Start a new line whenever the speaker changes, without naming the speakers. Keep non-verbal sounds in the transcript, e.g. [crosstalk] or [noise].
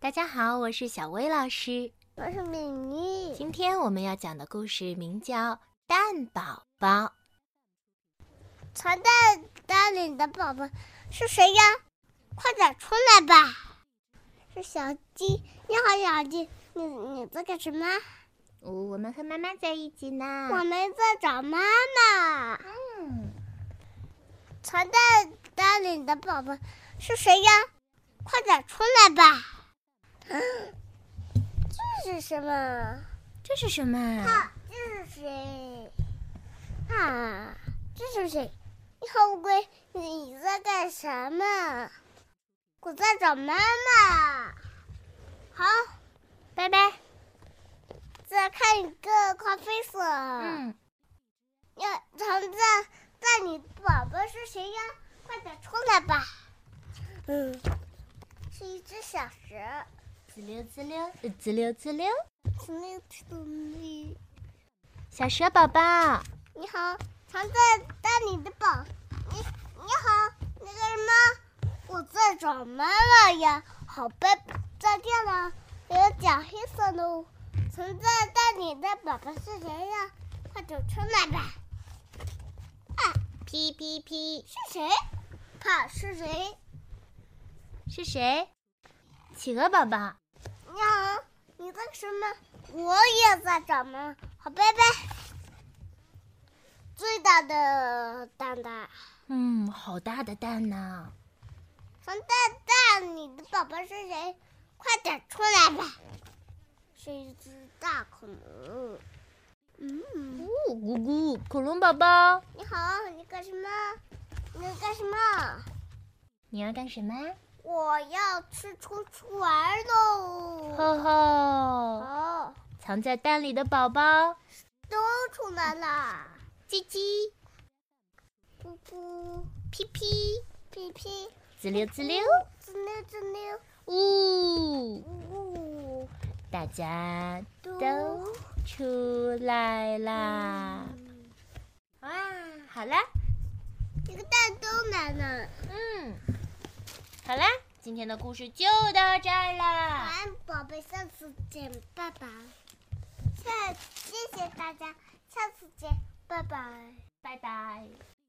大家好，我是小薇老师。
我是敏妮。
今天我们要讲的故事名叫《蛋宝宝》。
藏在哪里的宝宝是谁呀？快点出来吧！是小鸡。你好，小鸡。你你在干什么？
哦我们和妈妈在一起呢
我们在找妈妈。
嗯，
藏在哪里的宝宝是谁呀？快点出来吧！ [gasps] 这是什么？
这是什么啊？
这是谁？啊，这是谁？你好乌龟，你在干什么？我在找妈妈。好，
拜拜。
再看一个咖啡色。，
嗯，
要藏在在你宝宝是谁呀？快点出来吧。嗯，是一只小蛇。
滋溜滋溜，呃滋溜滋溜。
你
小蛇宝宝，
你好，藏在大你的宝。你你好，那个什么，我在找妈妈呀。好拜拜，再见了。我要讲黑色的哦，藏在大你的宝宝是谁呀？快点出来吧！啊
噼噼噼，
是谁？怕是谁？
是谁？企鹅宝宝，
你好，你在什么？我也在找妈妈。好拜拜。最大的蛋蛋。
嗯，好大的蛋呐、
从蛋蛋里的宝宝是谁？快点出来吧！是一只大恐龙。嗯，
呜咕咕，恐龙宝宝，
你好，你干什么？你干什么？
你要干什么？
我要吃出去玩喽！
吼吼，
哦，
藏在蛋里的宝宝，
都出来了！
叽叽，
噗噗，屁屁，屁屁，嗯
滋溜滋溜，
滋溜滋溜，
呜，
呜，
大家
嘟
都。出来啦！
嗯
哇，好啦，
这个蛋都来了，
嗯，好啦，今天的故事就到这儿
晚
啦。
安，宝贝，下次见，拜拜。下，谢谢大家，下次见，拜拜。
拜拜。